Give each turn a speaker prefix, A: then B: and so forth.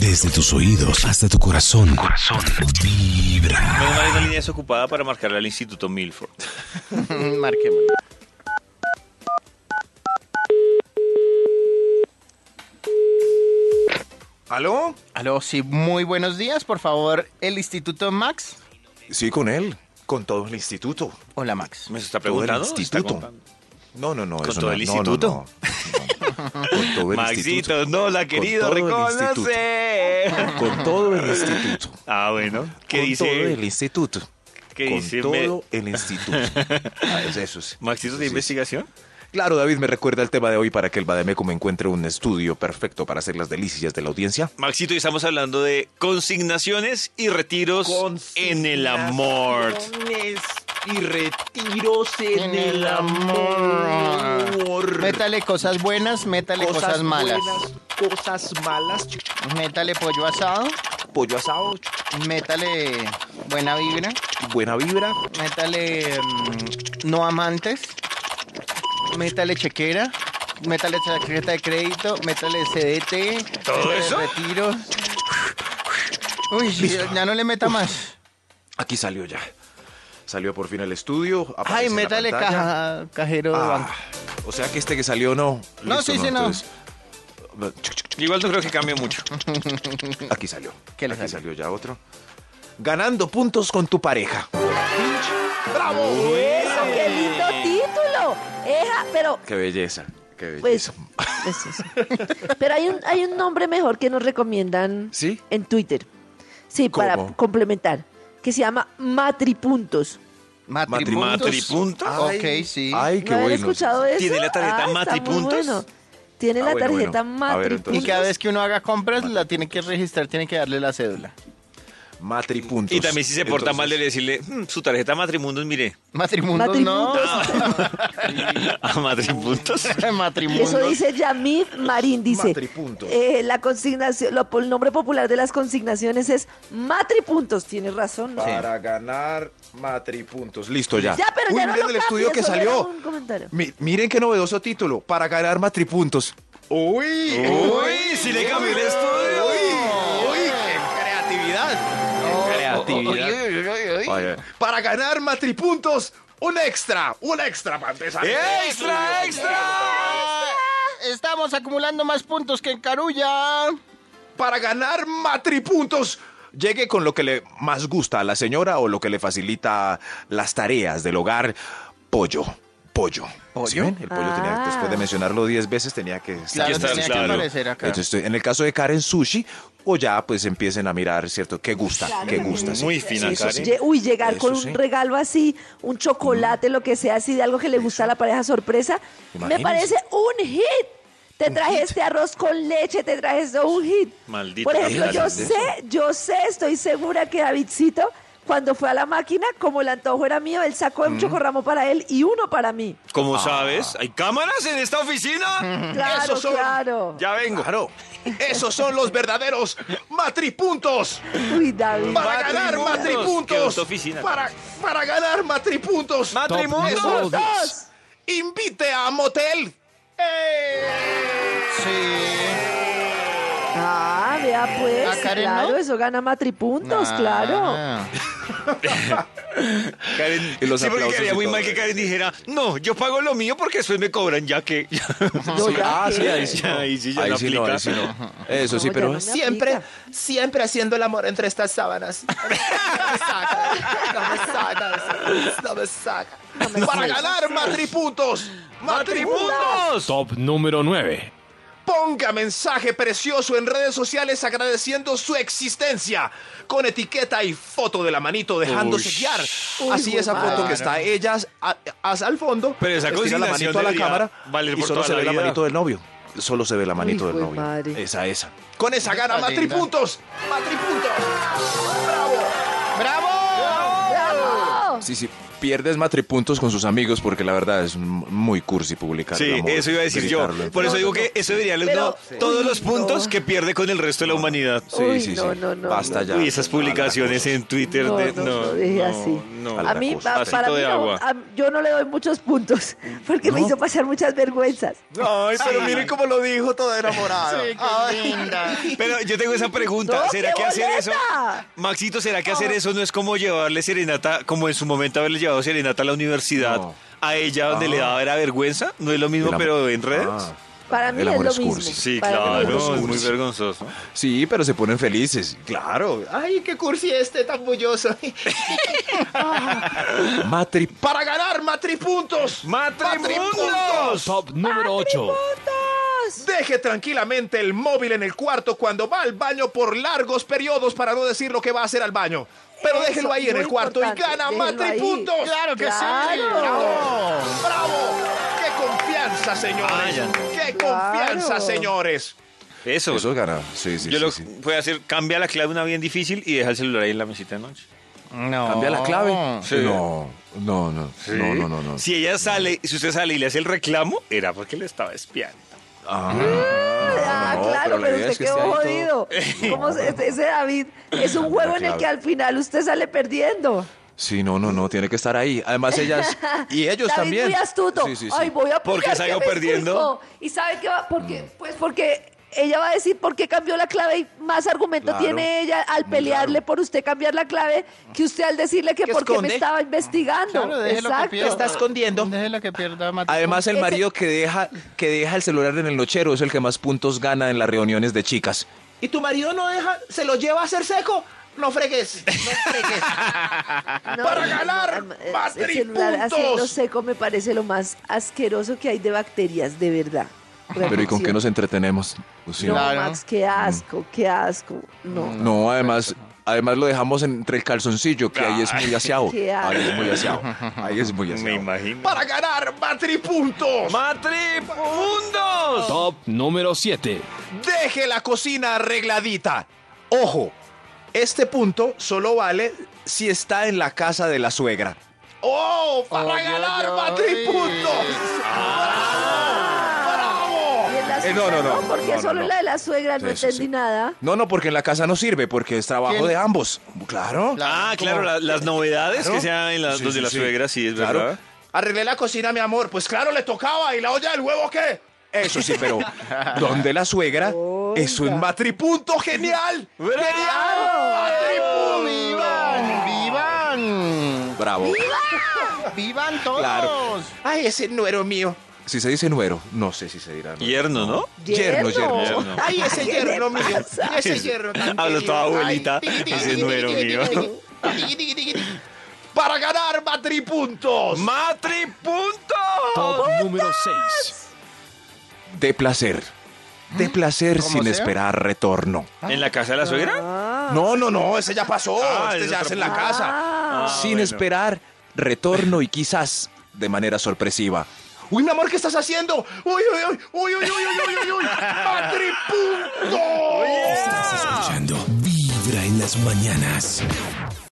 A: Desde tus oídos hasta tu corazón. Corazón. Vibra.
B: Menos mal esa línea es ocupada para marcarle al Instituto Milford.
C: Marquemos.
D: ¿Aló?
C: Aló, sí, muy buenos días. Por favor, el Instituto Max.
D: Sí, con él. Con todo el instituto.
C: Hola, Max.
B: ¿Me está
D: Todo el
B: preguntando? ¿Está
D: instituto.
B: contando?
D: No, no, no.
B: ¿Con
D: eso
B: todo
D: no,
B: el
D: no, no,
B: instituto?
D: no. Con todo el instituto.
B: Maxito, no la querido,
D: todo el
B: reconoce.
D: Con todo el instituto.
B: Ah, bueno. ¿Qué
D: con todo
B: dice?
D: el instituto.
B: ¿Qué
D: con
B: dice?
D: todo
B: Me-
D: el instituto. Ah, es eso sí.
B: ¿Maxito de
D: Sí, sí.
B: investigación?
D: Claro, David, me recuerda el tema de hoy para que el Bademeco me encuentre un estudio perfecto para hacer las delicias de la audiencia.
B: Maxito, y estamos hablando de consignaciones y retiros en el amor.
E: Y retiros en el amor.
C: Métale cosas buenas, métale cosas, malas.
E: buenas, cosas malas. Ch- ch-
C: Métale pollo asado,
E: Pollo asado. ch-
C: métale buena vibra,
D: Buena vibra.
C: métale mm, no amantes, métale chequera, métale tarjeta de crédito, métale CDT,
B: ¿Todo
C: métale
B: eso?
C: retiro. Uy, ya no le meta más.
D: Aquí salió ya. Salió por fin el estudio. aparece
C: Ay,
D: en la
C: métale
D: pantalla.
C: caja, cajero de
D: Ah,
C: banco.
D: o sea que este que salió no.
C: No, sí, sí, no.
D: no. Entonces,
B: Igual no creo que cambie mucho.
D: Aquí salió.
C: ¿Qué le
D: Aquí
C: salió?
D: salió ya otro. Ganando puntos con tu pareja.
F: ¡Eso, qué lindo título! Eja, pero,
D: Qué belleza. Qué
F: pues,
D: belleza.
F: pues eso. Pero hay un, hay un nombre mejor que nos recomiendan
D: ¿Sí?
F: en Twitter. Sí, para
D: ¿Cómo?
F: complementar. Que se llama Matripuntos.
C: Matripuntos.
B: ¿Matripuntos?
C: Ok, sí.
D: Ay, qué
F: ¿No habían
D: bueno.
F: escuchado eso? Ah,
B: ¿Tiene la tarjeta
F: está muy
B: Matripuntos?
F: bueno. Tiene
D: Ah,
F: la
D: bueno,
F: tarjeta
D: bueno. A ver,
F: Matripuntos.
C: Y cada vez que uno haga compras, la tiene que registrar, tiene que darle la cédula.
D: Matri puntos.
B: Y también si se porta
D: Entonces,
B: mal de decirle, "Mm, su tarjeta Matrimundos, mire.
C: Matrimundos,
B: A Matrimundos.
C: no. Matrimundos.
F: Eso dice Yamid Marín, dice.
D: Matripuntos.
F: eh, la consignación, lo- el nombre popular de las consignaciones es Matripuntos. Tienes razón. ¿no?
D: Para ganar Matri puntos. Listo ya.
F: Ya, pero
D: Uy,
F: ya no
D: miren
F: lo
D: el estudio que
F: cambies, solo
D: salió.
F: era un comentario.
D: Mi- miren qué novedoso título. Para ganar Matri puntos. Uy.
B: Uy, si le cambió el estudio.
D: Uy, qué creatividad. Creatividad. Oye, Para ganar matripuntos, un extra, un extra para empezar.
B: ¡Extra, extra!
C: Estamos acumulando más puntos que en Carulla.
D: Para ganar matripuntos, llegue con lo que le más gusta a la señora o lo que le facilita las tareas del hogar. Pollo, pollo.
C: ¿Pollo?
D: ¿Sí ven? El pollo tenía,
F: Ah.
D: después de mencionarlo 10 veces, tenía que estar.
C: Claro,
B: está,
C: tenía que
B: claro.
C: aparecer acá.
D: Entonces, estoy- en el caso de Karen Sushi, o ya pues empiecen a mirar, ¿cierto? ¿Qué gusta?
F: Claro,
D: ¿Qué
F: también.
D: gusta? sí.
B: Muy fina,
D: Sí, sí,
B: Karen.
D: sí.
F: Lle- Uy, llegar
D: Eso
F: con un
D: sí. Mm.
F: regalo así, un chocolate, lo que sea, así de algo que le gusta a la pareja sorpresa,
D: Imagínese.
F: me parece un hit. Te traje este arroz con leche, te traje esto, un hit.
B: Maldito
F: Por ejemplo, yo
B: capitalismo.
F: sé, yo sé, estoy segura que Davidcito, cuando fue a la máquina, como el antojo era mío, él sacó
D: Mm.
F: un chocorramo para él y uno para mí.
D: Ah.
B: Como sabes, hay cámaras en esta oficina.
F: Claro,
D: Esos son-
F: claro.
B: Mm. Ya vengo.
D: Claro. Esos son los verdaderos matripuntos.
F: Uy, David.
D: Para ganar
B: Qué
D: matripuntos.
B: gusto oficina.
D: Para, para ganar matripuntos.
B: ¡Matrimundos!
F: Dos.
D: Invite a motel.
C: Sí.
F: Ah, vea
C: ¿A
F: pues,
C: Karen no?
F: claro, eso gana matripuntos,
C: Ah.
F: claro.
B: Karen,
D: Y los
B: sí, porque
D: aplausos
B: quedaría
D: y
B: muy
D: todo.
B: mal que Karen dijera, no, yo pago lo mío porque después me cobran, ya que...
F: No, ya que-
B: Ya, ahí Ah, sí ya
D: ah, Ahí
B: la
D: sí no,
B: aplica.
D: ahí sí no. Eso
F: No,
D: sí,
F: ya no
D: pero
F: me
E: Siempre,
F: aplica.
E: siempre haciendo el amor entre estas sábanas. No me saca, no me saca, no me saca.
D: para ganar matripuntos. Matripuntos.
B: ¡Matrimundos!
A: Top número 9.
D: Ponga mensaje precioso en redes sociales agradeciendo su existencia con etiqueta y foto de la manito dejándose
B: Ush.
D: guiar.
F: Uy,
D: Así
F: güey,
D: esa
F: madre.
D: foto que está ellas hasta al fondo.
B: Pero esa
D: estira la
B: consignación
D: manito a la
B: debería
D: cámara
B: valer
D: y
B: por
D: solo
B: toda
D: se
B: la
D: ve la
B: vida.
D: manito del novio. Solo se ve la manito
F: Uy,
D: del
F: güey,
D: novio.
F: madre.
D: Esa esa. Con esa gana
C: Linda.
D: matripuntos, matripuntos. Bravo.
C: ¡Bravo!
F: ¡Bravo!
D: Sí sí. pierdes matripuntos con sus amigos porque la verdad es m- muy cursi publicar.
B: Sí,
D: el amor,
B: eso iba a decir yo.
D: gritarlo.
B: Por eso
F: No,
B: digo
F: no,
B: que
F: no.
B: eso debería les
F: Pero-
B: no, todos
F: Uy,
B: los puntos
F: no.
B: que pierde con el resto de la humanidad.
D: Sí,
F: Uy,
D: sí, sí.
F: no, no, no,
D: Basta
F: no.
D: ya.
B: Uy, esas publicaciones en Twitter
F: No,
B: de
F: no,
B: no.
F: lo dejé
B: no,
F: así.
B: no.
F: A mí,
D: cosa.
F: pa-
B: Vasito
F: para mí,
B: de
F: no,
B: agua.
F: a- yo no le doy muchos puntos porque me hizo pasar muchas vergüenzas.
B: Ay, pero
C: Sí.
B: miren cómo ¿eh? lo dijo todo enamorado.
C: Sí, qué linda.
B: Pero yo tengo esa pregunta,
F: No,
B: ¿será
F: qué
B: que hacer eso?
F: boleta. Ah.
B: Maxito, ¿será que hacer eso no es como llevarle serenata, como en su momento haberle llevado serenata a la universidad,
D: No.
B: a ella donde le daba era vergüenza? ¿No es lo mismo,
D: El amor-
B: pero en redes?
D: Ah.
F: Para mí
D: El
F: es
D: amor
F: lo
D: es
F: mismo.
D: cursi.
B: Sí,
F: Para mí es lo
B: claro,
F: mismo.
B: es muy vergonzoso.
D: Sí, pero se ponen felices. Claro.
E: Ay, qué cursi este tan bulloso.
D: Matri.
E: Para ganar matripuntos.
B: ¡Matrimundos!
A: Top número 8.
E: Deje tranquilamente el móvil en el cuarto cuando va al baño por largos periodos para no decir lo que va a hacer al baño. Pero
F: Eso,
E: déjelo ahí en
F: muy
E: el cuarto y
F: importante,
E: gana
F: déjelo ahí.
E: matripuntos.
C: Claro que sí.
F: Claro.
C: Bravo.
E: ¡Bravo! ¡Qué confianza, señores!
B: Vaya.
E: ¡Qué
F: Claro.
E: confianza, señores!
B: Eso.
D: Eso gana. Sí, sí,
B: yo
D: sí,
B: lo
D: sí.
B: voy a hacer, cambia la clave una bien difícil y deja el celular ahí en la mesita de noche.
C: No.
D: ¿Cambia la clave?
B: Sí.
D: No, no, no. No, no, no, no.
B: Si ella sale, si usted sale y le hace el reclamo, era porque le estaba espiando.
F: Ah,
D: No,
F: claro,
D: pero la
F: pero
D: idea
F: usted
D: es que esté
F: quedó
D: ahí todo.
F: jodido. ¿Cómo se- ese, ese David es un juego en el
D: clave.
F: que al final usted sale perdiendo.
D: Sí, no, no, no, tiene que estar ahí. Además ellas y ellos
F: David
D: también.
F: muy astuto.
D: Sí, sí, sí.
F: Ay, voy a
B: ¿Por qué
F: apoyar
B: salgo
F: que me
B: perdiendo?
F: expulsó. Y sabe que va, porque,
D: Mm.
F: pues porque ella va a decir por qué cambió la clave y más argumento
D: Claro. Mm,
F: tiene ella al pelearle por usted cambiar la clave que usted al decirle que
E: ¿Que
F: porque me
E: esconde?
F: estaba investigando.
C: Claro, déjelo que
F: Exacto.
C: pierda.
E: Está escondiendo.
C: Déjelo que pierda matripuntos.
D: Además el
F: Ese-
D: marido que deja que deja el celular en el nochero es el que más puntos gana en las reuniones de chicas.
E: ¿Y tu marido no deja? ¿Se lo lleva a hacer seco? No fregues, no fregues.
F: No,
E: para
F: no, no,
E: ganar
F: no, no, el celular
E: matripuntos.
F: haciendo seco me parece lo más asqueroso que hay de bacterias, de verdad.
D: Pero ¿y con qué nos entretenemos? Pues Lucía?
F: No,
C: Claro.
F: Max, qué asco, qué asco. No.
D: No, además, además lo dejamos entre el calzoncillo, que ahí es muy aseado.
F: Qué asco.
D: Ahí es muy aseado. Ahí es muy
B: Me
D: aseado.
B: imagino.
E: ¡Para ganar matripuntos!
B: ¡Matrimundos!
A: Top número 7.
E: Deje la cocina arregladita. Ojo,
D: Este punto solo vale si está en la casa de la suegra.
E: ¡Oh! ¡Para
C: Ay,
E: ganar
C: ay, ay.
E: matripuntos! ¡Bravo!
F: Y en la
D: Eh, no,
F: suegra
D: no, no,
F: porque
D: no, no,
F: solo
D: no.
F: la de la suegra no
D: Sí, sí,
F: entendí
D: sí.
F: nada.
D: No, no, porque en la casa no sirve, porque es trabajo
C: ¿Quién?
D: de ambos. Claro.
B: Ah, claro, la- las novedades
D: Claro.
B: que sean en las
D: Sí,
B: los de
D: sí,
B: la
D: sí.
B: suegra, sí, es
D: Claro.
B: verdad.
E: Arreglé la cocina, mi amor. Pues claro, le tocaba. ¿Y la olla del huevo qué?
D: Eso sí, pero donde la suegra es un matripunto genial.
C: ¡Bravo! ¡Vivan! ¡Vivan!
D: Bravo.
C: ¡Vivan todos!
D: Claro.
E: Ay, ese nuero mío.
D: Si se dice nuero, no sé si se dirá. nuero.
B: Yerno, ¿no?
D: Yerno, yerno.
B: Yerno.
E: Ay, ese
F: ¿Qué le
E: yerno mío.
F: pasa?
E: Y ese yerno tan
B: Habla
E: querido.
B: toda abuelita.
E: Ay, tiqui,
B: Ese
E: tiqui,
B: nuero
E: tiqui,
B: mío.
E: tiqui, tiqui, tiqui, tiqui. Para ganar matripuntos.
B: ¡Matripuntos!
A: Top número 6.
D: De placer.
E: ¿Mm?
D: De placer
C: Como
D: sin
C: sea.
D: esperar retorno.
B: ¿En la casa de la suegra?
D: No, no, no, ese ya pasó.
B: Ah,
D: este
B: es
D: ya
B: otro
D: es en la
B: punto.
D: casa.
F: Ah.
D: sin
B: bueno.
D: esperar retorno y quizás de manera sorpresiva.
E: Uy, mi amor, ¿qué estás haciendo? Uy, uy, uy, uy, uy, uy, uy, uy, uy. ¡Matripuntos!
A: Estás escuchando Vibra en las mañanas.